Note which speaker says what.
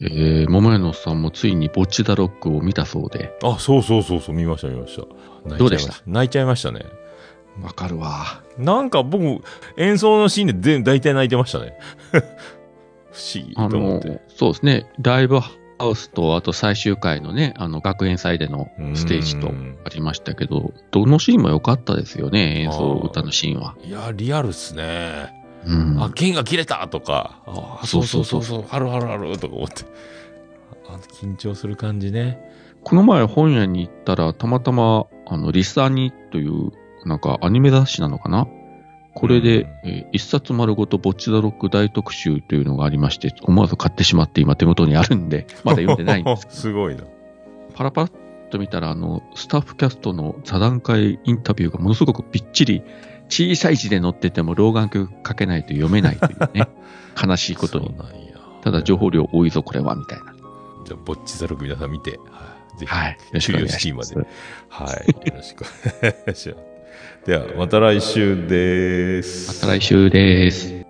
Speaker 1: えー、桃屋のおっさんもついにぼっちだロックを見たそうで、
Speaker 2: あ、そうそうそうそう、見ました見ました。泣いちゃいま
Speaker 1: どうでした
Speaker 2: 泣いちゃいましたね。
Speaker 1: わかるわ。
Speaker 2: なんか僕、演奏のシーンで全大体泣いてましたね。 不思議
Speaker 1: あ
Speaker 2: と思
Speaker 1: の
Speaker 2: って。、
Speaker 1: そうですね、ライブハウスと、あと最終回のね、あの、学園祭でのステージと
Speaker 2: うん
Speaker 1: ありましたけど、どのシーンも良かったですよね、演奏、
Speaker 2: あー
Speaker 1: 歌のシーンは。
Speaker 2: いや、リアルっすね。
Speaker 1: うん。
Speaker 2: あ、剣が切れたとか、あ
Speaker 1: そうそうそう
Speaker 2: そう、はるはるはるとか思って。あ緊張する感じね。
Speaker 1: この前本屋に行ったら、たまたま、あの、リサニという、なんかアニメ雑誌なのかなこれで、
Speaker 2: うん
Speaker 1: えー一冊丸ごとぼっちだロック大特集というのがありまして、思わず買ってしまって今手元にあるんで、まだ読んでないんですけど
Speaker 2: すごいな。
Speaker 1: パラパラっと見たら、あの、スタッフキャストの座談会インタビューがものすごくびっちり、小さい字で載ってても老眼鏡かけないと読めないというね、 悲しいこと
Speaker 2: そう
Speaker 1: に。
Speaker 2: なんや。
Speaker 1: ただ情報量多いぞ、これは、みたいな。
Speaker 2: じゃあ、ぼっちザルク皆さん見て、はい。ぜひ、
Speaker 1: はい。よろし
Speaker 2: ク
Speaker 1: くお
Speaker 2: リ
Speaker 1: 願
Speaker 2: オ
Speaker 1: い
Speaker 2: シテ
Speaker 1: し
Speaker 2: ィま
Speaker 1: ます
Speaker 2: で。。はい。よろしく お願いします。では、また来週です。
Speaker 1: また来週です。